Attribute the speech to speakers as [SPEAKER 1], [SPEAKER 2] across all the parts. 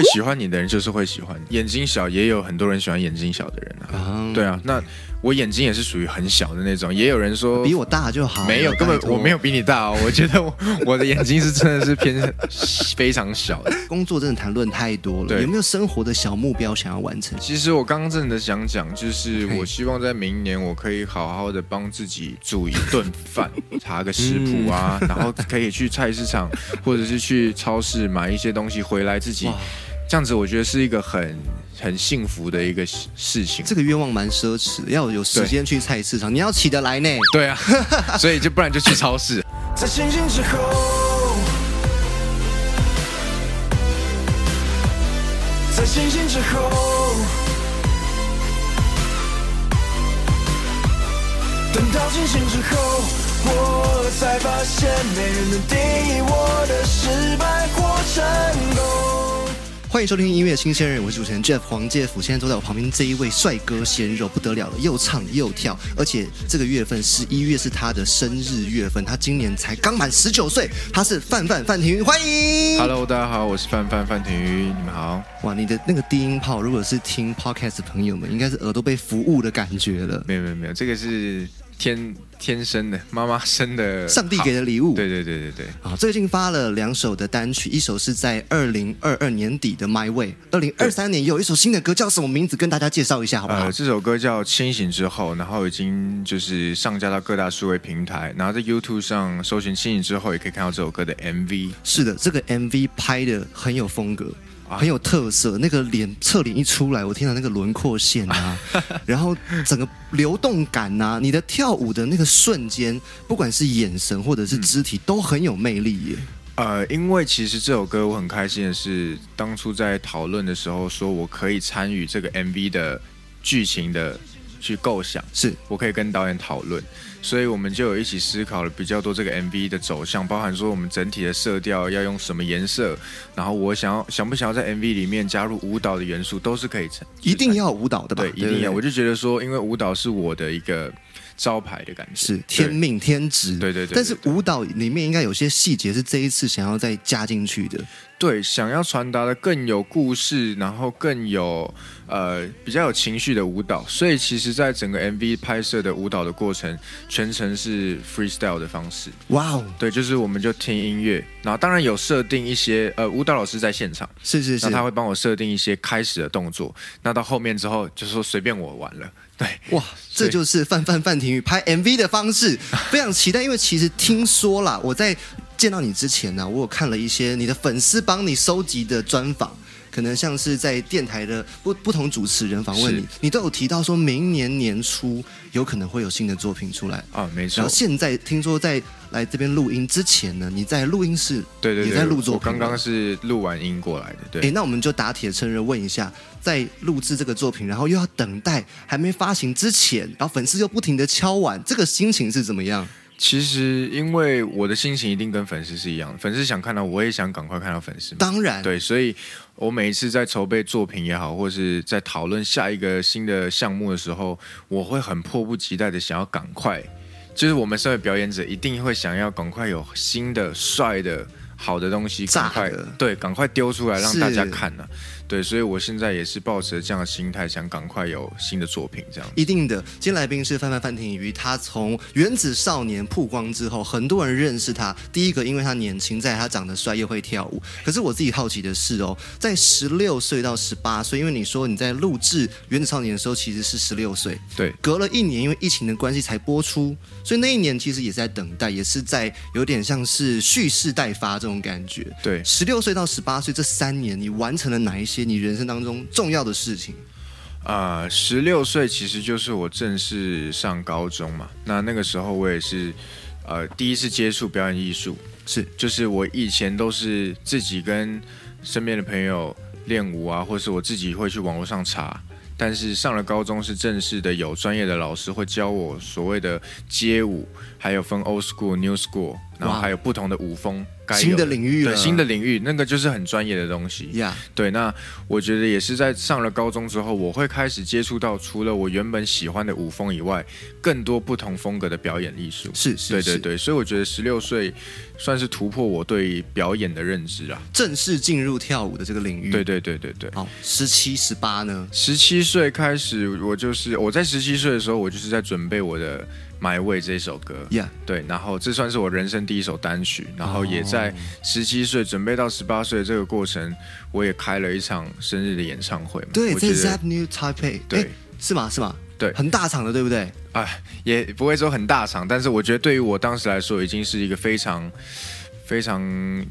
[SPEAKER 1] 会喜欢你的人就是会喜欢你，眼睛小也有很多人喜欢眼睛小的人啊。
[SPEAKER 2] 啊，
[SPEAKER 1] 对啊，那我眼睛也是属于很小的那种，也有人说
[SPEAKER 2] 比我大就好。
[SPEAKER 1] 没有，根本
[SPEAKER 2] 拜托
[SPEAKER 1] 我没有。比你大哦。 我觉得我我的眼睛是真的是偏非常小的。
[SPEAKER 2] 工作真的谈论太多了，
[SPEAKER 1] 对
[SPEAKER 2] 有没有生活的小目标想要完成？
[SPEAKER 1] 其实我刚刚真的想讲，就是
[SPEAKER 2] 嘿
[SPEAKER 1] 我希望在明年我可以好好的帮自己煮一顿 饭，查个食谱啊，
[SPEAKER 2] 嗯
[SPEAKER 1] 然后可以去菜市场或者是去超市买一些东西回来自己
[SPEAKER 2] 哇，
[SPEAKER 1] 这样子我觉得是一个很很幸福的一个事事情。
[SPEAKER 2] 这个愿望蛮奢侈的，要有时间去菜市场，你要起得来呢。
[SPEAKER 1] 对啊， 所以就不然就去超市。
[SPEAKER 3] 在清醒之后，在清醒之后，等到清醒之后，我才发现没人能定义我的失败或成功。
[SPEAKER 2] 欢迎收听音乐新鲜人，我是主持人 Jeff 黄介甫。现在坐在我旁边这一位帅哥鲜肉不得了了，又唱又跳，而且这个月份十一月是他的生日月份，他今年才刚满十九岁，他是范范范廷云，欢迎。
[SPEAKER 1] Hello，大家好，我是范范范廷宇，你们好。
[SPEAKER 2] 哇，你的那个低音炮，如果是听 podcast 的朋友们，应该是耳朵被服务的感觉了，
[SPEAKER 1] 没有没有没有，这个是天天生的，妈妈生的，
[SPEAKER 2] 上帝给
[SPEAKER 1] 的。
[SPEAKER 2] 的礼物。
[SPEAKER 1] 对对对对对，
[SPEAKER 2] 啊，最近发了两首的单曲，一首是在二零二二年底的《My Way》，二零二三年有一首新的歌叫什么名字？跟大家介绍一下好不好？
[SPEAKER 1] 呃，这首歌叫《清醒之后》，然后已经就是上架到各大数位平台，然后在 YouTube 上搜寻《清醒之后》，也可以看到这首歌的 MV。
[SPEAKER 2] 是的，这个 MV 拍的很有风格。
[SPEAKER 1] 啊
[SPEAKER 2] 很有特色，那个脸侧脸一出来，我天哪，那个轮廓线 啊，然后整个流动感呐、你的跳舞的那个瞬间，不管是眼神或者是肢体，都很有魅力耶。
[SPEAKER 1] 呃，因为其实这首歌我很开心的是，当初在讨论的时候，说我可以参与这个 MV 的剧情的去构想，
[SPEAKER 2] 是
[SPEAKER 1] 我可以跟导演讨论，所以我们就有一起思考了比较多这个 MV 的走向，包含说我们整体的色调要用什么颜色，然后我想要想不想要在 MV 里面加入舞蹈的元素，都是可以参，
[SPEAKER 2] 一定要有舞蹈的吧？
[SPEAKER 1] 对，一定要。
[SPEAKER 2] 不
[SPEAKER 1] 我就觉得说，因为舞蹈是我的一个招牌的感觉，
[SPEAKER 2] 是天
[SPEAKER 1] 对
[SPEAKER 2] 命天职，
[SPEAKER 1] 对对对对
[SPEAKER 2] 但是舞蹈里面应该有些细节是这一次想要再加进去的，
[SPEAKER 1] 对，想要传达的更有故事，然后更有呃比较有情绪的舞蹈，所以其实，在整个 MV 拍摄的舞蹈的过程，全程是 freestyle 的方式。
[SPEAKER 2] 哇哦，
[SPEAKER 1] 对，就是我们就听音乐，然后当然有设定一些呃舞蹈老师在现场，
[SPEAKER 2] 是是是
[SPEAKER 1] 那，他会帮我设定一些开始的动作，那到后面之后就说随便我玩了。对，
[SPEAKER 2] 哇，这就是范范范廷宇拍 MV 的方式，非常期待，因为其实听说啦，我在见到你之前呢、我有看了一些你的粉丝帮你收集的专访。可能像是在电台的不不同主持人访问你
[SPEAKER 1] 是，
[SPEAKER 2] 你都有提到说明年年初有可能会有新的作品出来，
[SPEAKER 1] 啊，没错
[SPEAKER 2] 哦然后。现在听说在来这边录音之前呢，你在录音室
[SPEAKER 1] 对对对，
[SPEAKER 2] 也在录作
[SPEAKER 1] 我
[SPEAKER 2] 品
[SPEAKER 1] 刚
[SPEAKER 2] 吗。
[SPEAKER 1] 刚是录完音过来的，对。
[SPEAKER 2] 诶，那我们就打铁趁热问一下，在录制这个作品，然后又要等待还没发行之前，然后粉丝又不停的敲碗，这个心情是怎么样？
[SPEAKER 1] 其实，因为我的心情一定跟粉丝是一样的，粉丝想看到，我也想赶快看到粉丝嘛。
[SPEAKER 2] 当然，
[SPEAKER 1] 对，所以我每一次在筹备作品也好，或是在讨论下一个新的项目的时候，我会很迫不及待的想要赶快，就是我们身为表演者，一定会想要赶快有新的、帅的、好的东西，
[SPEAKER 2] 炸
[SPEAKER 1] 赶快
[SPEAKER 2] 的
[SPEAKER 1] 对，赶快丢出来让
[SPEAKER 2] 是
[SPEAKER 1] 大家看呢、对，所以我现在也是抱着这样的心态，想赶快有新的作品这样。
[SPEAKER 2] 一定的。今天来宾是范范范廷瑜，他从《原子少年》曝光之后，很多人认识他。第一个，因为他年轻，再来他长得帅又会跳舞。可是我自己好奇的是哦，在十六岁到十八岁，因为你说你在录制《原子少年》的时候其实是十六岁，
[SPEAKER 1] 对，
[SPEAKER 2] 隔了一年，因为疫情的关系才播出，所以那一年其实也是在等待，也是在有点像是蓄势待发这种感觉。
[SPEAKER 1] 对
[SPEAKER 2] 十六岁到十八岁这三年，你完成了哪一些你人生当中重要的事情？
[SPEAKER 1] 啊，十六岁其实就是我正式上高中嘛。那那个时候我也是，呃，第一次接触表演艺术，
[SPEAKER 2] 是
[SPEAKER 1] 就是我以前都是自己跟身边的朋友练舞啊，或是我自己会去网络上查。但是上了高中是正式的，有专业的老师会教我所谓的街舞，还有分 old school、new school，然后
[SPEAKER 2] 哇
[SPEAKER 1] 还有不同的舞风，该有
[SPEAKER 2] 新的领域了
[SPEAKER 1] 对新的领域，那个就是很专业的东西。
[SPEAKER 2] 呀
[SPEAKER 1] 对，那我觉得也是在上了高中之后，我会开始接触到除了我原本喜欢的舞风以外，更多不同风格的表演艺术。
[SPEAKER 2] 是是
[SPEAKER 1] 对
[SPEAKER 2] 是
[SPEAKER 1] 对对，所以我觉得十六岁算是突破我对表演的认知啊。
[SPEAKER 2] 正式进入跳舞的这个领域。
[SPEAKER 1] 对，对对对对。
[SPEAKER 2] 好，十七、十八呢？
[SPEAKER 1] 十七岁开始，我就是我在十七岁的时候，我就是在准备我的《My Way》这首歌。
[SPEAKER 2] 呀、
[SPEAKER 1] 对，然后这算是我人生第一首单曲，然后也
[SPEAKER 2] 哦
[SPEAKER 1] 在十七岁准备到十八岁的这个过程，我也开了一场生日的演唱会嘛。
[SPEAKER 2] 对，
[SPEAKER 1] 我
[SPEAKER 2] 在哎
[SPEAKER 1] 觉
[SPEAKER 2] Zap
[SPEAKER 1] 得
[SPEAKER 2] New Taipei，
[SPEAKER 1] 对
[SPEAKER 2] 诶是吗？是吗？
[SPEAKER 1] 对
[SPEAKER 2] 很大场的，对不对？
[SPEAKER 1] 啊，也不会说很大场，但是我觉得对于我当时来说，已经是一个非常非常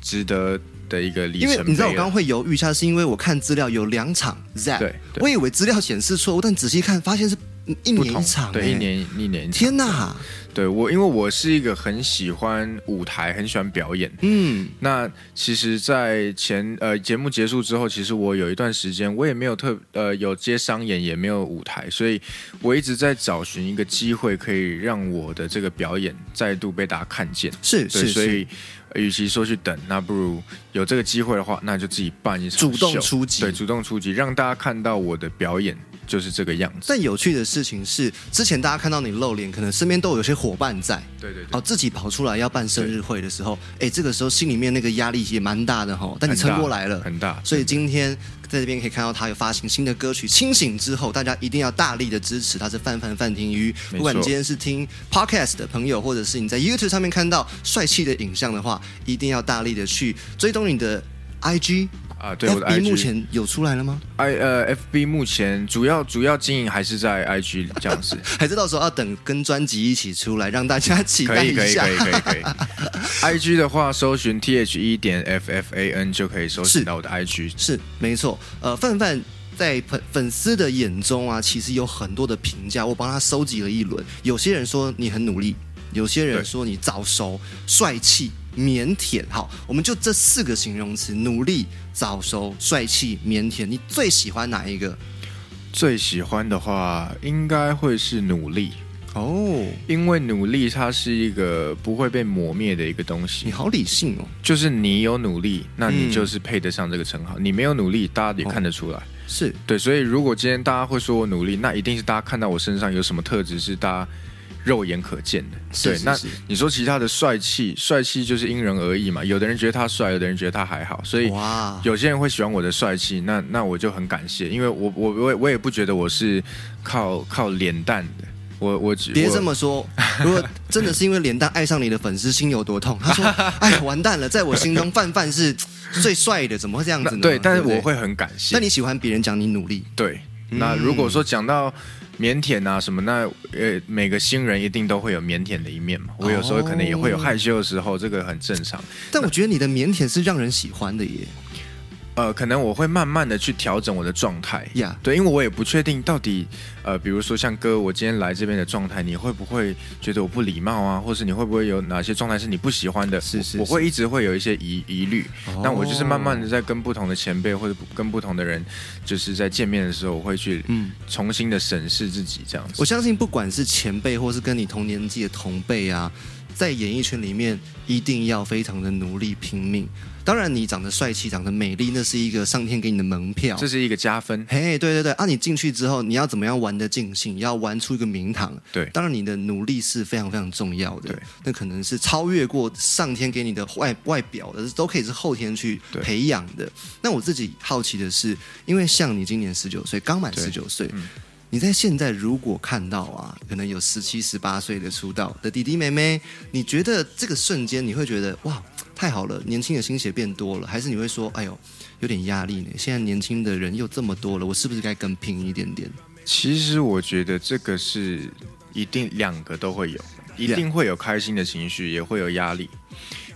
[SPEAKER 1] 值得的一个里
[SPEAKER 2] 因
[SPEAKER 1] 程碑了。
[SPEAKER 2] 为你知道我刚刚会犹豫一下，是因为我看资料有两场 Zap，
[SPEAKER 1] 对对
[SPEAKER 2] 我以为资料显示错误，但仔细看发现是一
[SPEAKER 1] 不
[SPEAKER 2] 年
[SPEAKER 1] 同
[SPEAKER 2] 一场、
[SPEAKER 1] 对
[SPEAKER 2] 诶
[SPEAKER 1] 一。年一年一场
[SPEAKER 2] 天哪！
[SPEAKER 1] 对我，因为我是一个很喜欢舞台、很喜欢表演，
[SPEAKER 2] 嗯，
[SPEAKER 1] 那其实，在前呃节目结束之后，其实我有一段时间我也没有特呃有接商演，也没有舞台，所以我一直在找寻一个机会，可以让我的这个表演再度被大家看见。
[SPEAKER 2] 是
[SPEAKER 1] 对，
[SPEAKER 2] 是
[SPEAKER 1] 所
[SPEAKER 2] 是，
[SPEAKER 1] 以呃与其说去等，那不如有这个机会的话，那就自己办一场秀，
[SPEAKER 2] 主动出击
[SPEAKER 1] 对，主动出击，让大家看到我的表演就是这个样子。
[SPEAKER 2] 但有趣的事情是，之前大家看到你露脸，可能身边都有些伙伴在，
[SPEAKER 1] 对对对
[SPEAKER 2] 哦，自己跑出来要办生日会的时候，哎，这个时候心里面那个压力也蛮大的哈、但你
[SPEAKER 1] 很大
[SPEAKER 2] 撑过来了，
[SPEAKER 1] 很大
[SPEAKER 2] 所以今天在这边可以看到他有发行新的歌曲《清醒》之后，大家一定要大力的支持他是范范范廷瑜。
[SPEAKER 1] 没错
[SPEAKER 2] 不管你今天是听 podcast 的朋友，或者是你在 YouTube 上面看到帅气的影像的话，一定要大力的去追踪你的 IG。
[SPEAKER 1] 啊，对我的
[SPEAKER 2] FB
[SPEAKER 1] IG
[SPEAKER 2] 目前有出来了吗？
[SPEAKER 1] I 呃 FB 目前主要主要经营还是在 IG 里这样 子。
[SPEAKER 2] 还是到时候要等跟专辑一起出来，让大家期
[SPEAKER 1] 可
[SPEAKER 2] 待
[SPEAKER 1] 以
[SPEAKER 2] 一
[SPEAKER 1] 可以
[SPEAKER 2] 下
[SPEAKER 1] 可。以可以可以。I G 的话，搜寻 T H E 点 F F A N 就可以搜
[SPEAKER 2] 是
[SPEAKER 1] 寻到我的 I G。
[SPEAKER 2] 是没错，呃，范范。在粉粉丝的眼中啊，其实有很多的评价，我帮他收集了一轮。有些人说你很努力，有些人
[SPEAKER 1] 对
[SPEAKER 2] 说你早熟、帅气、腼腆。好，我们就这四个形容词：努力、早熟、帅气、腼腆。你最喜欢哪一个？
[SPEAKER 1] 最喜欢的话，应该会是努力，
[SPEAKER 2] 哦，
[SPEAKER 1] 因为努力它是一个不会被磨灭的一个东
[SPEAKER 2] 你
[SPEAKER 1] 西。
[SPEAKER 2] 好理性哦。
[SPEAKER 1] 就是你有努力，那
[SPEAKER 2] 嗯
[SPEAKER 1] 你就是配得上这个称号；你没有努力，大家也看得出来。
[SPEAKER 2] 是
[SPEAKER 1] 对，所以如果今天大家会说我努力，那一定是大家看到我身上有什么特质是大家肉眼可见的。
[SPEAKER 2] 是
[SPEAKER 1] 对，
[SPEAKER 2] 是
[SPEAKER 1] 那
[SPEAKER 2] 是
[SPEAKER 1] 你说其他的帅气，帅气就是因人而异嘛。有的人觉得他帅，有的人觉得他还好，所以
[SPEAKER 2] 哇，
[SPEAKER 1] 有些人会喜欢我的帅气，那那我就很感谢，因为我我我也我也不觉得我是靠靠脸蛋的，我我
[SPEAKER 2] 别
[SPEAKER 1] 我
[SPEAKER 2] 这么说。如果真的是因为脸蛋爱上你的粉丝，心有多 痛？他说：“哎，完蛋了，在我心中范范是最帅的，怎么会这样子
[SPEAKER 1] 那
[SPEAKER 2] 呢？”
[SPEAKER 1] 对，但是
[SPEAKER 2] 不
[SPEAKER 1] 我会很感谢。
[SPEAKER 2] 那你喜欢别人讲你努力？
[SPEAKER 1] 对，
[SPEAKER 2] 嗯
[SPEAKER 1] 那如果说讲到腼腆啊什么，那呃每个新人一定都会有腼腆的一面
[SPEAKER 2] 哦
[SPEAKER 1] 嘛。我有时候可能也会有害羞的时候，这个很正常。
[SPEAKER 2] 但我觉得你的腼腆是让人喜欢的耶。
[SPEAKER 1] 呃，可能我会慢慢的去调整我的状态
[SPEAKER 2] Yeah
[SPEAKER 1] 对，因为我也不确定到底，呃，比如说像哥，我今天来这边的状态，你会不会觉得我不礼貌啊，或是你会不会有哪些状态是你不喜欢的？
[SPEAKER 2] 是
[SPEAKER 1] 我
[SPEAKER 2] 是
[SPEAKER 1] 我
[SPEAKER 2] 是
[SPEAKER 1] 会一直会有一些疑疑虑。
[SPEAKER 2] 哦
[SPEAKER 1] 那我就是慢慢的在跟不同的前辈或者跟不同的人，就是在见面的时候，我会去
[SPEAKER 2] 嗯
[SPEAKER 1] 重新的审视自己这样子
[SPEAKER 2] 我。相信不管是前辈或是跟你同年纪的同辈啊，在演艺圈里面一定要非常的努力拼命。当然，你长得帅气、长得美丽，那是一个上天给你的门票。
[SPEAKER 1] 这是一个加分。
[SPEAKER 2] 嘿对对对，啊，你进去之后，你要怎么样玩得尽兴，要玩出一个名堂。
[SPEAKER 1] 对
[SPEAKER 2] 当然你的努力是非常非常重要的
[SPEAKER 1] 对，
[SPEAKER 2] 那可能是超越过上天给你的外外表的，都可以是后天去
[SPEAKER 1] 对
[SPEAKER 2] 培养的。那我自己好奇的是，因为像你今年十九岁，刚满
[SPEAKER 1] 对
[SPEAKER 2] 十九岁。
[SPEAKER 1] 嗯
[SPEAKER 2] 你在现在如果看到啊，可能有十七、十八岁的出道的弟弟妹妹，你觉得这个瞬间你会觉得哇太好了，年轻的心血变多了，还是你会说哎呦有点压力呢？现在年轻的人又这么多了，我是不是该更拼一点点？
[SPEAKER 1] 其实我觉得这个是一定两个都会有，一定会有开心的情绪，也会有压力。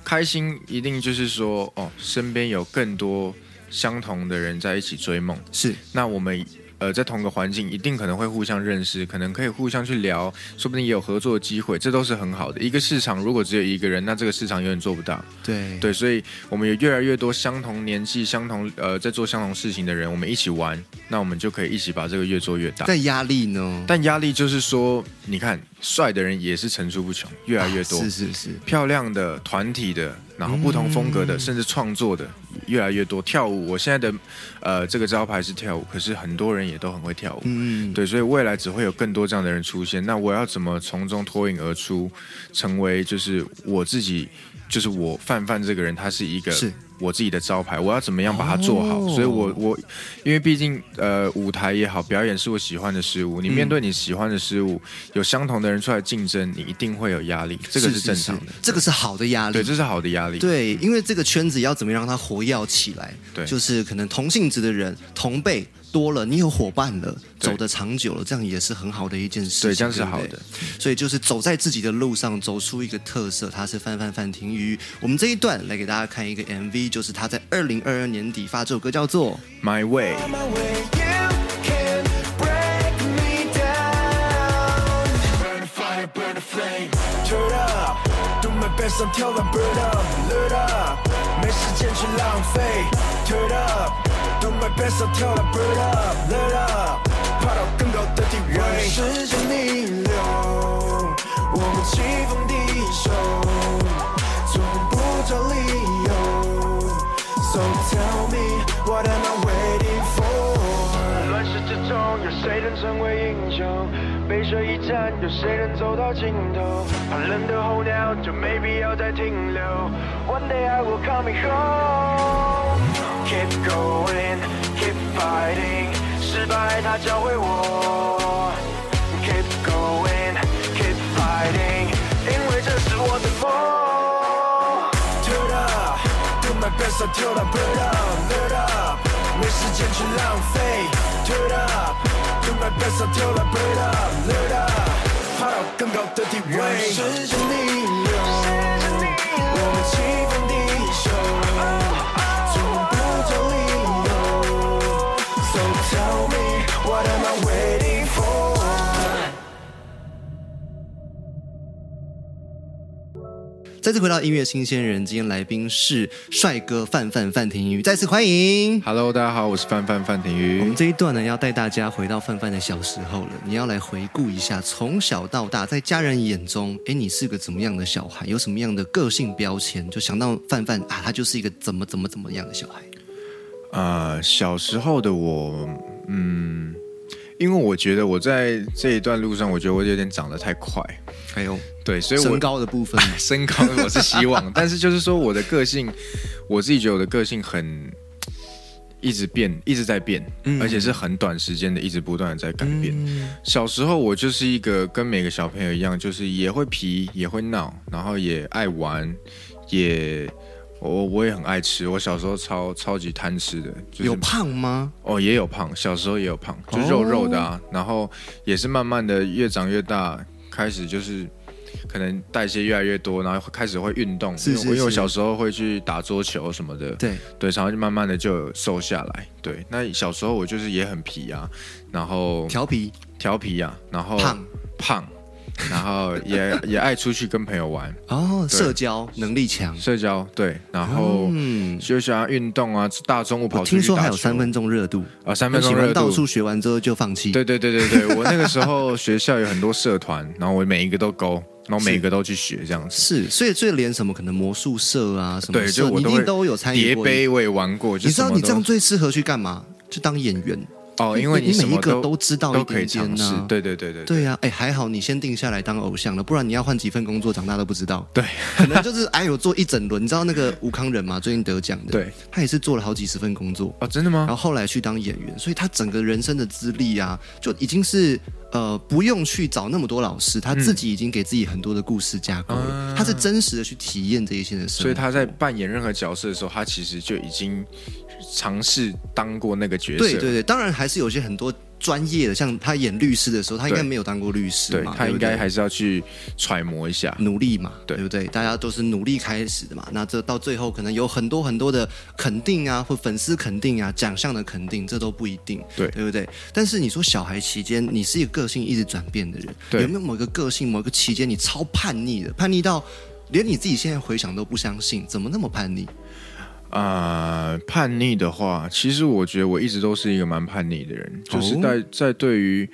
[SPEAKER 1] 开心一定就是说，哦，身边有更多相同的人在一起追梦，
[SPEAKER 2] 是
[SPEAKER 1] 那我们。呃在同个环境，一定可能会互相认识，可能可以互相去聊，说不定也有合作的机会，这都是很好的。一个市场如果只有一个人，那这个市场永远做不大。
[SPEAKER 2] 对
[SPEAKER 1] 对，啊所以我们有越来越多相同年纪、相同呃在做相同事情的人，我们一起玩，那我们就可以一起把这个越做越大。
[SPEAKER 2] 但压力呢？
[SPEAKER 1] 但压力就是说，你看，帅的人也是层出不穷，越来越多；
[SPEAKER 2] 啊是是是，
[SPEAKER 1] 漂亮的、团体的，然后不同风格的，甚至创作的越来越多。跳舞，我现在的呃这个招牌是跳舞，可是很多人也都很会跳舞。
[SPEAKER 2] 嗯，
[SPEAKER 1] 对，所以未来只会有更多这样的人出现。那我要怎么从中脱颖而出，成为就是我自己，就是我范范这个人，他是一个
[SPEAKER 2] 是
[SPEAKER 1] 我自己的招牌，我要怎么样把它做好？
[SPEAKER 2] 哦
[SPEAKER 1] 所以我我因为毕竟呃舞台也好，表演是我喜欢的事物，你面对你喜欢的事物，有相同的人出来竞争，你一定会有压力，这个是正常的，
[SPEAKER 2] 这个是好的压力。
[SPEAKER 1] 对，这是好的压力，
[SPEAKER 2] 对，因为这个圈子要怎么样让它活跃起来？
[SPEAKER 1] 对
[SPEAKER 2] 就是可能同性质的人、同辈多了，你有伙伴了，
[SPEAKER 1] 对
[SPEAKER 2] 走得长久了，这样也是很好的一件事情。
[SPEAKER 1] 对这样是好
[SPEAKER 2] 对
[SPEAKER 1] 的
[SPEAKER 2] 不。对所以就是走在自己的路上，走出一个特色，它是范范范廷瑜。我们这一段来给大家看一个 MV，就是他在二零二二年底发这首歌叫做
[SPEAKER 1] My way，
[SPEAKER 3] On my way, you can break me down. Burn a fire, burn a flame. Turn up, do my best until I burn up. Lit up, 没时间去浪费。Turn up, do my best until I burn up. Lit up, 爬到更高的地位。让时间逆流，我们棋逢敌手，从不找理由。So tell me what am I waiting for？乱世之中，有谁能成为英雄？背水一战，有谁能走到尽头？怕冷的候鸟就没必要再停留。One day I will coming home。Keep going, keep fighting，失败它教会我。Keep going, keep fighting，因为这是我的梦。Turn up, do my best until I burn up, lit up，没时间去浪费。Turn up, do my best until I burn up, lit up，爬到更高的地位。时间逆流，我们棋逢敌手，从不找理由。So tell me what am I waiting for？
[SPEAKER 2] 再次回到音乐新鲜人，今天来宾是帅哥范范范廷瑜，再次欢迎。
[SPEAKER 1] ，Hello，大家好，我是范范范廷
[SPEAKER 2] 我
[SPEAKER 1] 瑜
[SPEAKER 2] 们。这一段呢，要带大家回到范范的小时候了。你要来回顾一下，从小到大，在家人眼中，哎，你是个怎么样的小孩？有什么样的个性标签？就想到范范啊，他就是一个怎么怎么怎么样的小孩。
[SPEAKER 1] 呃，小时候的我，嗯，因为我觉得我在这一段路上，我觉得我有点长得太快，
[SPEAKER 2] 还有
[SPEAKER 1] 对，所以我
[SPEAKER 2] 身高的部分，
[SPEAKER 1] 身高我是希望， 但是就是说我的个性，我自己觉得我的个性很一直变，一直在变，
[SPEAKER 2] 嗯
[SPEAKER 1] 而且是很短时间的，一直不断的在改变。小时候我就是一个跟每个小朋友一样，就是也会皮，也会闹，然后也爱玩，也。我我也很爱吃，我小时候超超级贪吃的， 就是
[SPEAKER 2] 有胖吗？
[SPEAKER 1] 哦，也有胖，小时候也有胖，
[SPEAKER 2] 哦
[SPEAKER 1] 就肉肉的啊。然后也是慢慢的越长越大，开始就是可能代谢越来越多，然后开始会运动。
[SPEAKER 2] 是
[SPEAKER 1] 因为
[SPEAKER 2] 是
[SPEAKER 1] 因为我
[SPEAKER 2] 是
[SPEAKER 1] 小时候会去打桌球什么的，
[SPEAKER 2] 对，
[SPEAKER 1] 对，然后就慢慢的就有瘦下来。对，那小时候我就是也很皮啊，然后
[SPEAKER 2] 调皮，
[SPEAKER 1] 调皮啊，然后
[SPEAKER 2] 胖
[SPEAKER 1] 胖，然后 也也爱出去跟朋友玩，
[SPEAKER 2] 哦，
[SPEAKER 1] 对
[SPEAKER 2] 社交能力强。
[SPEAKER 1] 社交对，然后
[SPEAKER 2] 嗯，
[SPEAKER 1] 就喜欢运动啊，大中午跑
[SPEAKER 2] 我
[SPEAKER 1] 出去
[SPEAKER 2] 听说
[SPEAKER 1] 打
[SPEAKER 2] 还有
[SPEAKER 1] 球
[SPEAKER 2] 三分钟热度，
[SPEAKER 1] 啊，三分
[SPEAKER 2] 很喜
[SPEAKER 1] 钟热
[SPEAKER 2] 欢
[SPEAKER 1] 度
[SPEAKER 2] 到处学完之后就放弃。
[SPEAKER 1] 对对对对对，我那个时候学校有很多社团，然后我每一个都勾，然后每一个都去学这样子。
[SPEAKER 2] 是，所以最连什么可能魔术社啊什么
[SPEAKER 1] 对，
[SPEAKER 2] 社
[SPEAKER 1] 就我
[SPEAKER 2] 你一
[SPEAKER 1] 会
[SPEAKER 2] 定都有参与
[SPEAKER 1] 叠
[SPEAKER 2] 过。
[SPEAKER 1] 杯我也玩过，就
[SPEAKER 2] 你知道
[SPEAKER 1] 什么
[SPEAKER 2] 你这样
[SPEAKER 1] 都
[SPEAKER 2] 最适合去干嘛？去当演员。
[SPEAKER 1] 哦，因为
[SPEAKER 2] 你
[SPEAKER 1] 什
[SPEAKER 2] 每一
[SPEAKER 1] 么
[SPEAKER 2] 个
[SPEAKER 1] 都
[SPEAKER 2] 都知道
[SPEAKER 1] 都
[SPEAKER 2] 一
[SPEAKER 1] 可以
[SPEAKER 2] 点
[SPEAKER 1] 尝
[SPEAKER 2] 点
[SPEAKER 1] 试
[SPEAKER 2] 呐。。
[SPEAKER 1] 对对对对对
[SPEAKER 2] 对呀、啊，哎，还好你先定下来当偶像了，不然你要换几份工作，长大都不知道。
[SPEAKER 1] 对，
[SPEAKER 2] 可能就是哎呦做一整轮，你知道那个吴康仁嘛，最近得奖的，
[SPEAKER 1] 对，
[SPEAKER 2] 他也是做了好几十份工作，
[SPEAKER 1] 哦，真的
[SPEAKER 2] 然
[SPEAKER 1] 吗？
[SPEAKER 2] 后后来去当演员，所以他整个人生的资历啊，就已经是呃不用去找那么多老师，他自己已经给自己很多的故事架构了，
[SPEAKER 1] 嗯啊
[SPEAKER 2] 他是真实的去体验这一些的生活，
[SPEAKER 1] 所以他在扮演任何角色的时候，他其实就已经尝试当过那个角色。
[SPEAKER 2] 对对对，当然还是有些很多专业的，像他演律师的时候，他应该
[SPEAKER 1] 对
[SPEAKER 2] 没有当过律师
[SPEAKER 1] 对
[SPEAKER 2] 嘛，
[SPEAKER 1] 他
[SPEAKER 2] 对
[SPEAKER 1] 应
[SPEAKER 2] 不对
[SPEAKER 1] 该还是要去揣摩一下。
[SPEAKER 2] 努力嘛，
[SPEAKER 1] 对
[SPEAKER 2] 不对？大家都是努力开始的嘛。那这到最后可能有很多很多的肯定啊，或粉丝肯定啊，奖项的肯定，这都不一定，
[SPEAKER 1] 对
[SPEAKER 2] 对不对？但是你说小孩期间，你是一个个性一直转变的人，
[SPEAKER 1] 对
[SPEAKER 2] 有没有某个个性、某个期间你超叛逆的，叛逆到连你自己现在回想都不相信，怎么那么叛逆？
[SPEAKER 1] 啊，叛逆的话，其实我觉得我一直都是一个蛮叛逆的人，就是在在对于，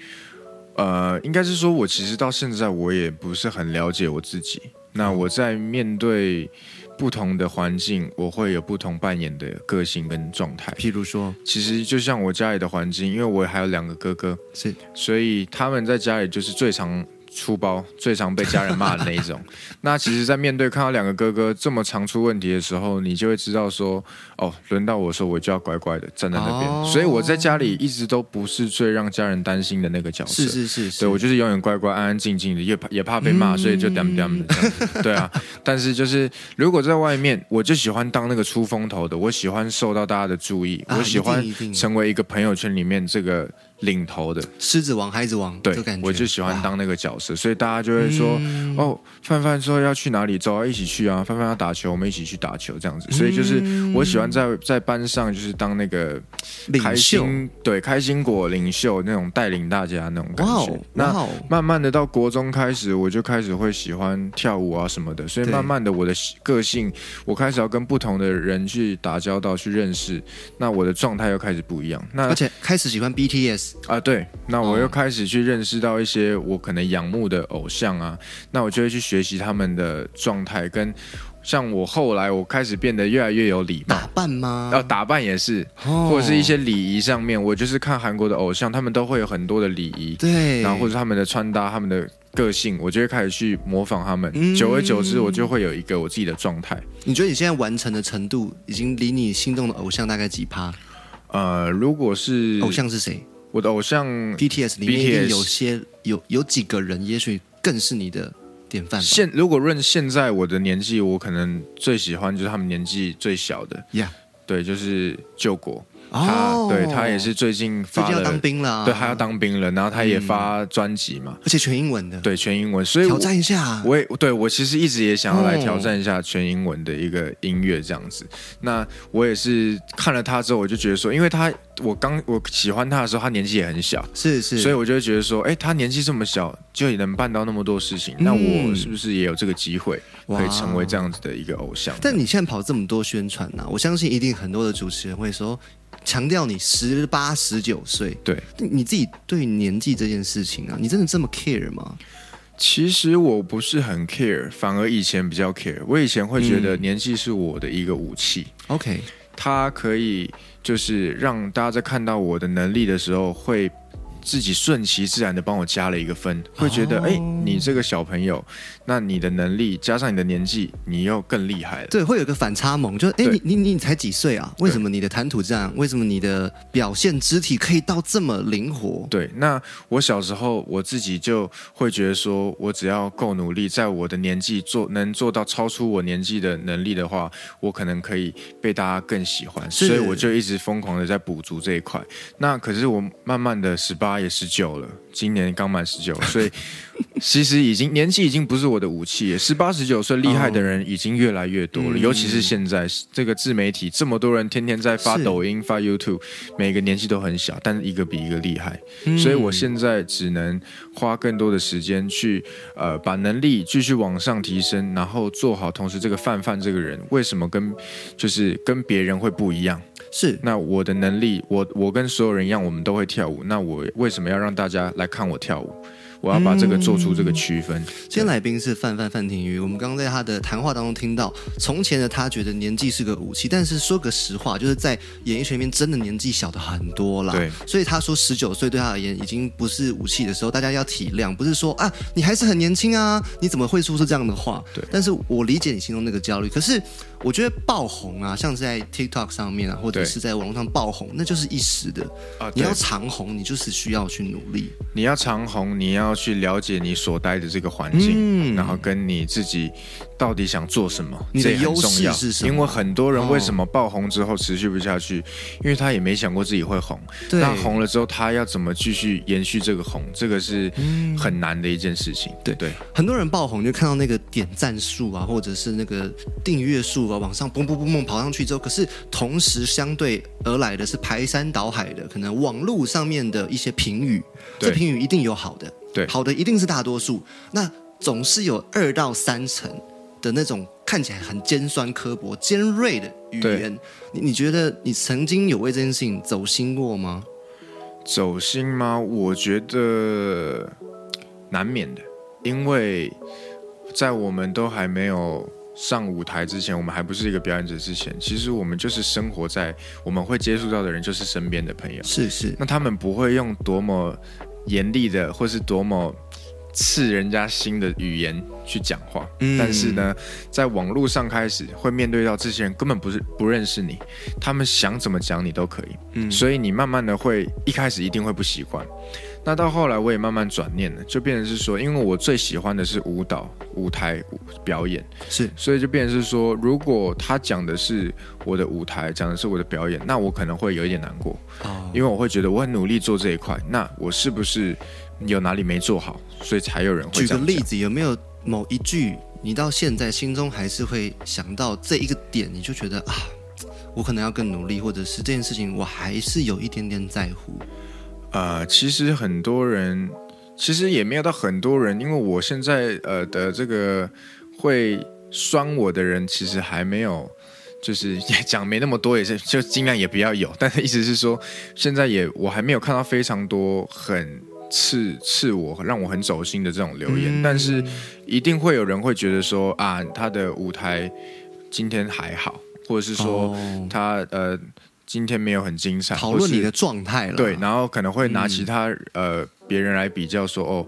[SPEAKER 1] 呃，应该是说我其实到现在我也不是很了解我自己。那我在面对不同的环境，我会有不同扮演的个性跟状态。
[SPEAKER 2] 譬如说，
[SPEAKER 1] 其实就像我家里的环境，因为我还有两个哥哥，
[SPEAKER 2] 是
[SPEAKER 1] 所以他们在家里就是最常出包、最常被家人骂的那一 种。那其实，在面对看到两个哥哥这么常出问题的时候，你就会知道说，哦，轮到我说，我就要乖乖的站在那边。
[SPEAKER 2] 哦
[SPEAKER 1] 所以我在家里一直都不是最让家人担心的那个角色。
[SPEAKER 2] 是嗯是是是，
[SPEAKER 1] 对，我就是永远乖乖、安安静静的，也怕也怕被骂，所以就 damn damn 的这样子。对 啊，但是就是如果在外面，我就喜欢当那个出风头的，我喜欢受到大家的注意，
[SPEAKER 2] 啊
[SPEAKER 1] 我喜欢
[SPEAKER 2] 一定一定
[SPEAKER 1] 成为一个朋友圈里面这个领头的。
[SPEAKER 2] 狮子王、孩子王，
[SPEAKER 1] 对
[SPEAKER 2] 这感，觉
[SPEAKER 1] 我就喜欢
[SPEAKER 2] 哇嗯
[SPEAKER 1] 当那个角色，所以大家就会说，哦，范范说要去哪里，走啊，一起去啊，范范要打球，我们一起去打球这样子。所以就是我喜欢在在班上就是当那个开
[SPEAKER 2] 嗯领袖。
[SPEAKER 1] 心，啊对，开心果领袖那种带领大家那种感
[SPEAKER 2] 哇
[SPEAKER 1] 觉。
[SPEAKER 2] 哦，哇
[SPEAKER 1] 那
[SPEAKER 2] 哦，
[SPEAKER 1] 慢慢的到国中开始，我就开始会喜欢跳舞啊什么的，所以
[SPEAKER 2] 对
[SPEAKER 1] 慢慢的我的个性，我开始要跟不同的人去打交道、去认识，那我的状态又开始不一样。那
[SPEAKER 2] 而
[SPEAKER 1] 啊、
[SPEAKER 2] 且开始喜欢 BTS，
[SPEAKER 1] 对，那我
[SPEAKER 2] 哦
[SPEAKER 1] 又开始去认识到一些我可能仰慕的偶像啊，那我就会去学习他们的状态，跟像我后来我开始变得越来越有礼貌，
[SPEAKER 2] 打扮吗？
[SPEAKER 1] 要打扮也是，
[SPEAKER 2] 哦
[SPEAKER 1] 或者是一些礼仪上面，我就是看韩国的偶像，他们都会有很多的礼仪，
[SPEAKER 2] 对，
[SPEAKER 1] 然后或者他们的穿搭、他们的个性，我就会开始去模仿他们。
[SPEAKER 2] 嗯
[SPEAKER 1] 久而久之，我就会有一个我自己的状态。
[SPEAKER 2] 你觉得你现在完成的程度，已经离你心动的偶像大概几趴？
[SPEAKER 1] 呃，如果是
[SPEAKER 2] 偶，像是谁
[SPEAKER 1] 我的偶像，
[SPEAKER 2] ？BTS 里面一定
[SPEAKER 1] BTS
[SPEAKER 2] 有些有有几个人，也许更是你的典范吧。
[SPEAKER 1] 现如果论现在我的年纪，我可能最喜欢就是他们年纪最小的，
[SPEAKER 2] 呀，
[SPEAKER 1] 对，就是救国。他
[SPEAKER 2] 哦，
[SPEAKER 1] 对他也是最近
[SPEAKER 2] 最
[SPEAKER 1] 发
[SPEAKER 2] 近要
[SPEAKER 1] 了，
[SPEAKER 2] 当兵了、啊，
[SPEAKER 1] 对，他要，当兵了，然后他也发专辑嘛，
[SPEAKER 2] 而且全英文的，，
[SPEAKER 1] 对，全英文，所以我
[SPEAKER 2] 挑战一下。
[SPEAKER 1] 我也对我其实一直也想要来
[SPEAKER 2] 哦
[SPEAKER 1] 挑战一下全英文的一个音乐这样子。那我也是看了他之后，我就觉得说，因为他我刚我喜欢他的时候，他年纪也很小，
[SPEAKER 2] 是是，
[SPEAKER 1] 所以我就会觉得说，哎，他年纪这么小就也能办到那么多事情，
[SPEAKER 2] 嗯
[SPEAKER 1] 那我是不是也有这个机会
[SPEAKER 2] 哇
[SPEAKER 1] 可以成为这样子的一个偶像？
[SPEAKER 2] 但你现在跑这么多宣传啊呐、我相信一定很多的主持人会说，强调你十八、十九岁，
[SPEAKER 1] 对，
[SPEAKER 2] 你自己对年纪这件事情啊，你真的这么 care 吗？
[SPEAKER 1] 其实我不是很 care，反而以前比较 care。我以前会觉得年纪是我的一个武器，
[SPEAKER 2] OK，
[SPEAKER 1] 它可以就是让大家在看到我的能力的时候，会自己顺其自然的帮我加了一个分，会觉得
[SPEAKER 2] 哦
[SPEAKER 1] 哎、诶你这个小朋友，那你的能力加上你的年纪，你又更厉害了。
[SPEAKER 2] 对，会有一个反差萌，就是哎，
[SPEAKER 1] 对
[SPEAKER 2] 你你你才几岁啊？为什么你的谈吐这样？为什么你的表现肢体可以到这么灵活？
[SPEAKER 1] 对，那我小时候我自己就会觉得说，我只要够努力，在我的年纪做能做到超出我年纪的能力的话，我可能可以被大家更喜欢，
[SPEAKER 2] 是
[SPEAKER 1] 所以我就一直疯狂的在补足这一块。那可是我慢慢的十八也十九了，今年刚满十九，所以其实已经年纪已经不是我的武 器，十八十九岁厉害的人已经越来越多了，
[SPEAKER 2] 嗯
[SPEAKER 1] 尤其是现在这个自媒体这么多人天天在发
[SPEAKER 2] 是
[SPEAKER 1] 抖音、发 YouTube，每个年纪都很小，但是一个比一个厉害。
[SPEAKER 2] 嗯
[SPEAKER 1] 所以我现在只能花更多的时间去呃把能力继续往上提升，然后做好。同时，这个范范这个人为什么跟就是跟别人会不一样？
[SPEAKER 2] 是
[SPEAKER 1] 那我的能力，我我跟所有人一样，我们都会跳舞。那我为什么要让大家来看我跳舞？我要把这个做出这个区分。
[SPEAKER 2] 今天来宾是范范范廷瑜，我们刚刚在他的谈话当中听到，从前的他觉得年纪是个武器，但是说个实话，就是在演艺圈里面真的年纪小的很多啦。
[SPEAKER 1] 对，
[SPEAKER 2] 所以他说十九岁对他而言已经不是武器的时候，大家要体谅，不是说啊你还是很年轻啊，你怎么会说出这样的话？
[SPEAKER 1] 对
[SPEAKER 2] 但是我理解你心中那个焦虑，可是我觉得爆红啊，像是在 TikTok 上面啊，或者
[SPEAKER 1] 对
[SPEAKER 2] 是在网络上爆红，那就是一时的。
[SPEAKER 1] 啊
[SPEAKER 2] 你
[SPEAKER 1] 对
[SPEAKER 2] 要长红，你就是需要去努力。
[SPEAKER 1] 你要长红，你要去了解你所待的这个环境，
[SPEAKER 2] 嗯
[SPEAKER 1] 然后跟你自己到底想做什么，
[SPEAKER 2] 你的
[SPEAKER 1] 这也很
[SPEAKER 2] 优势
[SPEAKER 1] 重要
[SPEAKER 2] 是什么
[SPEAKER 1] 因为很多人
[SPEAKER 2] 哦
[SPEAKER 1] 为什么爆红之后持续不下去，因为他也没想过自己会红。
[SPEAKER 2] 对
[SPEAKER 1] 那红了之后，他要怎么继续延续这个红，这个是很难的一件事情。
[SPEAKER 2] 嗯对
[SPEAKER 1] 对，
[SPEAKER 2] 很多人爆红就看到那个点赞数啊，或者是那个订阅数啊，往上嘣嘣嘣嘣跑上去之后，可是同时相对而来的是排山倒海的，可能网络上面的一些评语，
[SPEAKER 1] 对
[SPEAKER 2] 这评语一定有好的，
[SPEAKER 1] 对
[SPEAKER 2] 好的一定是大多数，那总是有二到三成的那种看起来很尖酸刻薄、尖锐的语
[SPEAKER 1] 对
[SPEAKER 2] 言，你你觉得你曾经有为这件事情走心过吗？
[SPEAKER 1] 走心吗？我觉得难免的，因为在我们都还没有上舞台之前，我们还不是一个表演者之前，其实我们就是生活在我们会接触到的人，就是身边的朋友。
[SPEAKER 2] 是是，
[SPEAKER 1] 那他们不会用多么严厉的，或是多么刺人家心的语言去讲话。
[SPEAKER 2] 嗯
[SPEAKER 1] 但是呢，在网络上开始会面对到这些人根本不是不认识你，他们想怎么讲你都可以。
[SPEAKER 2] 嗯
[SPEAKER 1] 所以你慢慢的会一开始一定会不习惯。那到后来我也慢慢转念了，就变成是说，因为我最喜欢的是舞蹈、舞台舞表演，
[SPEAKER 2] 是
[SPEAKER 1] 所以就变成是说，如果他讲的是我的舞台，讲的是我的表演，那我可能会有一点难过。
[SPEAKER 2] 哦，
[SPEAKER 1] 因为我会觉得我很努力做这一块，那我是不是有哪里没做好，所以才有人会
[SPEAKER 2] 举
[SPEAKER 1] 这
[SPEAKER 2] 个
[SPEAKER 1] 样
[SPEAKER 2] 例
[SPEAKER 1] 讲
[SPEAKER 2] 子，有没有某一句你到现在心中还是会想到这一个点，你就觉得啊，我可能要更努力，或者是这件事情我还是有一点点在乎。
[SPEAKER 1] 呃，其实很多人，其实也没有到很多人，因为我现在呃的这个会酸我的人，其实还没有。就是 也讲没那么多，也是就尽量也不要有。但是意思是说，现在也我还没有看到非常多很刺刺我、让我很走心的这种留言。但是
[SPEAKER 2] 嗯
[SPEAKER 1] 一定会有人会觉得说啊，他的舞台今天还好，或者是说
[SPEAKER 2] 哦
[SPEAKER 1] 他、呃今天没有很精彩，
[SPEAKER 2] 讨
[SPEAKER 1] 啊或
[SPEAKER 2] 论
[SPEAKER 1] 是
[SPEAKER 2] 你的状态了，
[SPEAKER 1] 对，然后可能会拿
[SPEAKER 2] 嗯
[SPEAKER 1] 其他、呃别人来比较说哦，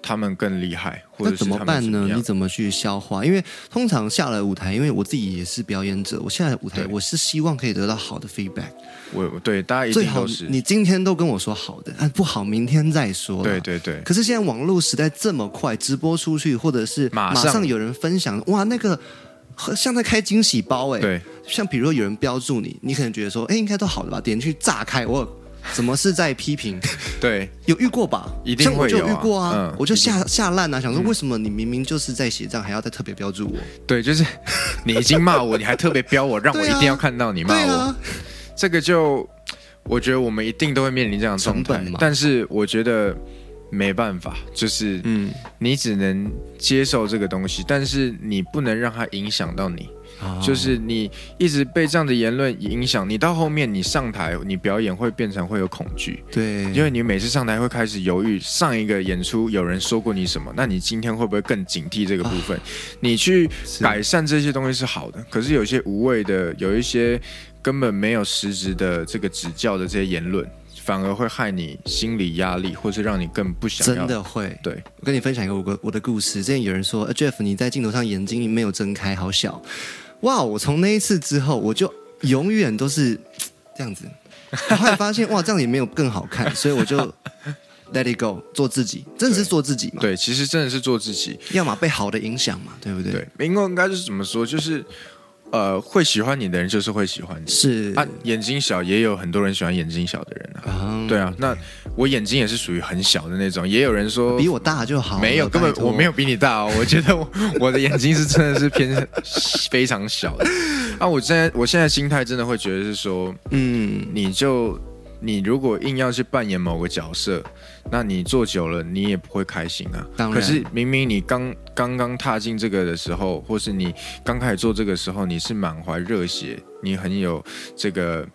[SPEAKER 1] 他们更厉害，或者
[SPEAKER 2] 那
[SPEAKER 1] 是
[SPEAKER 2] 怎么
[SPEAKER 1] 他们
[SPEAKER 2] 办
[SPEAKER 1] 怎
[SPEAKER 2] 呢
[SPEAKER 1] 么？样
[SPEAKER 2] 你怎么去消化？因为通常下了舞台，因为我自己也是表演者，我下了舞台
[SPEAKER 1] 对，
[SPEAKER 2] 我是希望可以得到好的 feedback，
[SPEAKER 1] 我我对大家一
[SPEAKER 2] 最
[SPEAKER 1] 定
[SPEAKER 2] 好
[SPEAKER 1] 都是
[SPEAKER 2] 你今天都跟我说好的，啊不好明天再说啦。
[SPEAKER 1] 对对对
[SPEAKER 2] 可是现在网络时代这么快，直播出去或者是
[SPEAKER 1] 马
[SPEAKER 2] 马
[SPEAKER 1] 上
[SPEAKER 2] 上有人分享，哇，那个和像在开惊喜包哎、
[SPEAKER 1] 对，
[SPEAKER 2] 像比如说有人标注你，你可能觉得说，哎，应该都好的吧，点去炸开，我怎么是在批评？
[SPEAKER 1] 对
[SPEAKER 2] 有遇过吧？
[SPEAKER 1] 一定
[SPEAKER 2] 像我
[SPEAKER 1] 会
[SPEAKER 2] 就
[SPEAKER 1] 有啊
[SPEAKER 2] 遇过啊，
[SPEAKER 1] 嗯
[SPEAKER 2] 我就下下烂啊，想说为什么你明明就是在写账，还要再特别标注我？
[SPEAKER 1] 对，就是 你已经骂我，你还特别标我，让我
[SPEAKER 2] 对
[SPEAKER 1] 一
[SPEAKER 2] 啊
[SPEAKER 1] 定要看到你骂
[SPEAKER 2] 对
[SPEAKER 1] 我，
[SPEAKER 2] 啊，
[SPEAKER 1] 这个就我觉得我们一定都会面临这样的状
[SPEAKER 2] 成
[SPEAKER 1] 态
[SPEAKER 2] 本嘛，
[SPEAKER 1] 但是我觉得没办法，就是
[SPEAKER 2] 嗯，
[SPEAKER 1] 你只能接受这个东西，但是你不能让它影响到你。
[SPEAKER 2] 啊
[SPEAKER 1] 就是你一直被这样的言论影响，你到后面你上台你表演会变成会有恐惧，
[SPEAKER 2] 对，啊
[SPEAKER 1] 因为你每次上台会开始犹豫，上一个演出有人说过你什么，那你今天会不会更警惕这个部
[SPEAKER 2] 啊
[SPEAKER 1] 分？你去改善这些东西是好的，可是有些无谓的，有一些根本没有实质的这个指教的这些言论，反而会害你心理压力，或是让你更不想要
[SPEAKER 2] 真的会。
[SPEAKER 1] 对
[SPEAKER 2] 我跟你分享一个我个我的故事。之前有人说、呃、，Jeff，你在镜头上眼睛没有睁开，好小。哇！我从那一次之后，我就永远都是这样子。我后来发现，哇，这样也没有更好看，所 以我就 let it go，做自己，真的是
[SPEAKER 1] 对
[SPEAKER 2] 做自己嘛。，
[SPEAKER 1] 对，其实真的是做自己。
[SPEAKER 2] 要么被好的影响嘛，对不对？
[SPEAKER 1] 对，因为应该是怎么说，就是呃，会喜欢你的人就是会喜欢你
[SPEAKER 2] 是
[SPEAKER 1] 啊。眼睛小也有很多人喜欢眼睛小的人啊。
[SPEAKER 2] 啊
[SPEAKER 1] 对啊，那我眼睛也是属于很小的那种，也有人说
[SPEAKER 2] 比我大就好了。
[SPEAKER 1] 没有，根本
[SPEAKER 2] 拜托
[SPEAKER 1] 我没有。比你大哦。我觉得我 我的眼睛是真的是偏 非常小的啊。我现在我现在心态真的会觉得是说，
[SPEAKER 2] 嗯，
[SPEAKER 1] 你就你如果硬要去扮演某个角色，那你做久了你也不会开心啊。
[SPEAKER 2] 当然
[SPEAKER 1] 可是明明你刚刚刚踏进这个的时候，或是你刚开始做这个时候，你是满怀热血，你很有这个。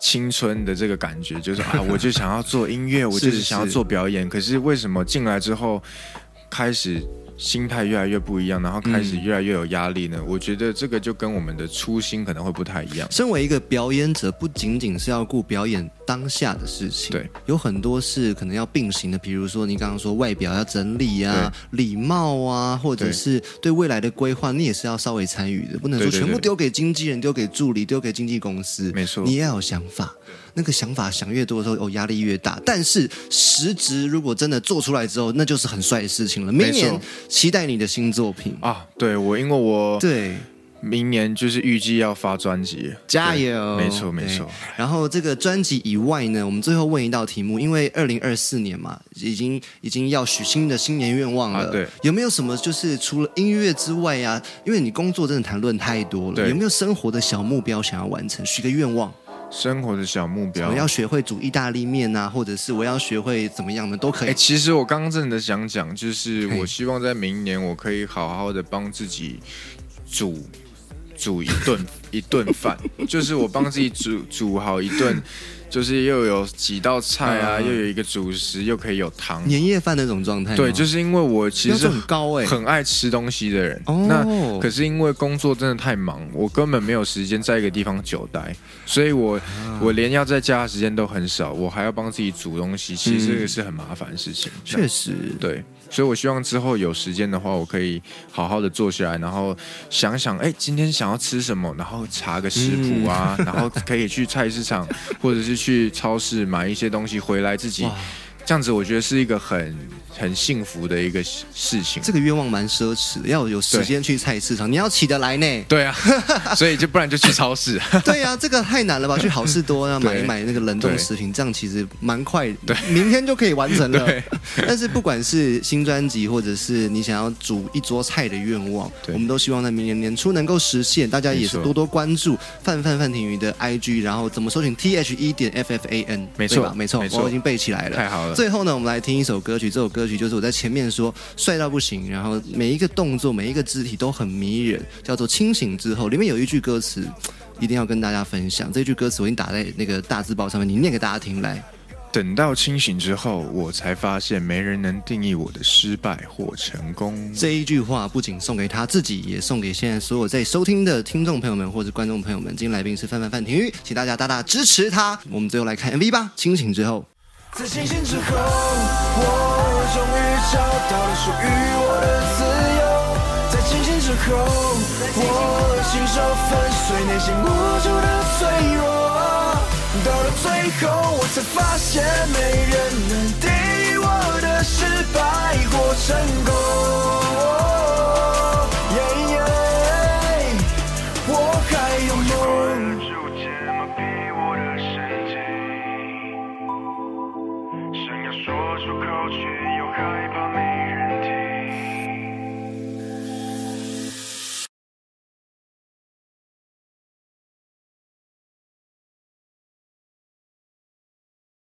[SPEAKER 1] 青春的这个感觉，就是啊，我就想要做音乐，我就是
[SPEAKER 2] 是
[SPEAKER 1] 想要
[SPEAKER 2] 是
[SPEAKER 1] 做表演。可是为什么进来之后，开始心态越来越不一样，然后开始越来越有压力呢？我觉得这个就跟我们的初心可能会不太一样。
[SPEAKER 2] 身为一个表演者，不仅仅是要顾表演当下的事情，
[SPEAKER 1] 对，
[SPEAKER 2] 有很多是可能要并行的，比如说你刚刚说外表要整理啊、礼貌啊，或者
[SPEAKER 1] 对
[SPEAKER 2] 是对未来的规划，你也是要稍微参与的，不能说
[SPEAKER 1] 对对对
[SPEAKER 2] 全部丢给经纪人、丢给助理、丢给经纪公司，
[SPEAKER 1] 没错
[SPEAKER 2] 你也要有想法。那个想法想越多的时候，哦，压力越大。但是实质如果真的做出来之后，那就是很帅的事情了。明
[SPEAKER 1] 没
[SPEAKER 2] 年
[SPEAKER 1] 错
[SPEAKER 2] 期待你的新作品，
[SPEAKER 1] 啊，对我，因为我
[SPEAKER 2] 对。
[SPEAKER 1] 明年就是预计要发专辑，
[SPEAKER 2] 加
[SPEAKER 1] 对
[SPEAKER 2] 油！
[SPEAKER 1] 没错没
[SPEAKER 2] 对
[SPEAKER 1] 错。
[SPEAKER 2] 然后这个专辑以外呢，我们最后问一道题目，因为二零二四年嘛，已经已经要许新的新年愿望了。
[SPEAKER 1] 啊对，
[SPEAKER 2] 有没有什么就是除了音乐之外呀、因为你工作真的谈论太多了，
[SPEAKER 1] 对
[SPEAKER 2] 有没有生活的小目标想要完成？许个愿望，
[SPEAKER 1] 生活的小目标
[SPEAKER 2] 我。要学会煮意大利面啊，或者是我要学会怎么样的都可
[SPEAKER 1] 哎、
[SPEAKER 2] 以。
[SPEAKER 1] 其实我刚刚真的想讲，就是
[SPEAKER 2] 嘿
[SPEAKER 1] 我希望在明年我可以好好的帮自己煮煮一顿 一顿饭，就是我帮自己煮煮好一 顿，就是又有几道菜啊，
[SPEAKER 2] 嗯
[SPEAKER 1] 又有一个主食，又可以有汤。
[SPEAKER 2] 年夜饭那种状态吗，
[SPEAKER 1] 对，就是因为我其
[SPEAKER 2] 标
[SPEAKER 1] 实
[SPEAKER 2] 准很高哎、
[SPEAKER 1] 很爱吃东西的人。
[SPEAKER 2] 哦
[SPEAKER 1] 那可是因为工作真的太忙，我根本没有时间在一个地方久待，所以我、
[SPEAKER 2] 啊
[SPEAKER 1] 我连要在家的时间都很少，我还要帮自己煮东西，其实这个是很麻烦的事情。
[SPEAKER 2] 确实，
[SPEAKER 1] 对，所以我希望之后有时间的话，我可以好好的坐下来，然后想想，哎，今天想要吃什么，然后查个食谱啊， 然后可以去菜市场或者是去超市买一些东西回来自 己
[SPEAKER 2] 哇，
[SPEAKER 1] 这样子我觉得是一个很很幸福的一个事情
[SPEAKER 2] 这。个愿望蛮奢侈的，要有时
[SPEAKER 1] 对
[SPEAKER 2] 间去菜市场，你要起得来呢。
[SPEAKER 1] 对 啊，所以就不然就去超 市。
[SPEAKER 2] 对呀、这个太难了吧？去好事多啊，买
[SPEAKER 1] 对
[SPEAKER 2] 一买那个冷冻食品，这样其实蛮快，对，明天就可以完成了
[SPEAKER 1] 对。
[SPEAKER 2] 但是不管是新专辑，或者是你想要煮一桌菜的愿望，
[SPEAKER 1] 对
[SPEAKER 2] 我们都希望在明年年初能够实现。大家也是
[SPEAKER 1] 没错
[SPEAKER 2] 多多关注范范范廷宇的 IG，然后怎么搜寻 T H E 点 F F A N，
[SPEAKER 1] 没错
[SPEAKER 2] 对吧没错
[SPEAKER 1] 没，错
[SPEAKER 2] 我已经背起来了。
[SPEAKER 1] 太好了
[SPEAKER 2] 最后呢，我们来听一首歌曲，这首歌曲就是我在前面说帅到不行，然后每一个动作、每一个肢体都很迷人，叫做《清醒之后》。里面有一句歌词，一定要跟大家分享。这句歌词我已经打在那个大字报上面，你念给大家听来。
[SPEAKER 1] 嗯等到清醒之后，我才发现没人能定义我的失败或成功。
[SPEAKER 2] 这一句话不仅送给他自己，也送给现在所有在收听的听众朋友们或者观众朋友们。今天来宾是范范范廷玉，请大家大大支持他。我们最后来看 MV 吧，《清醒之后》。
[SPEAKER 3] 在清醒之后，我终于找到了属于我的自由。在清醒之后，我信手粉碎内心无助的脆弱。到了最后，我才发现没人能定义我的失败或成功。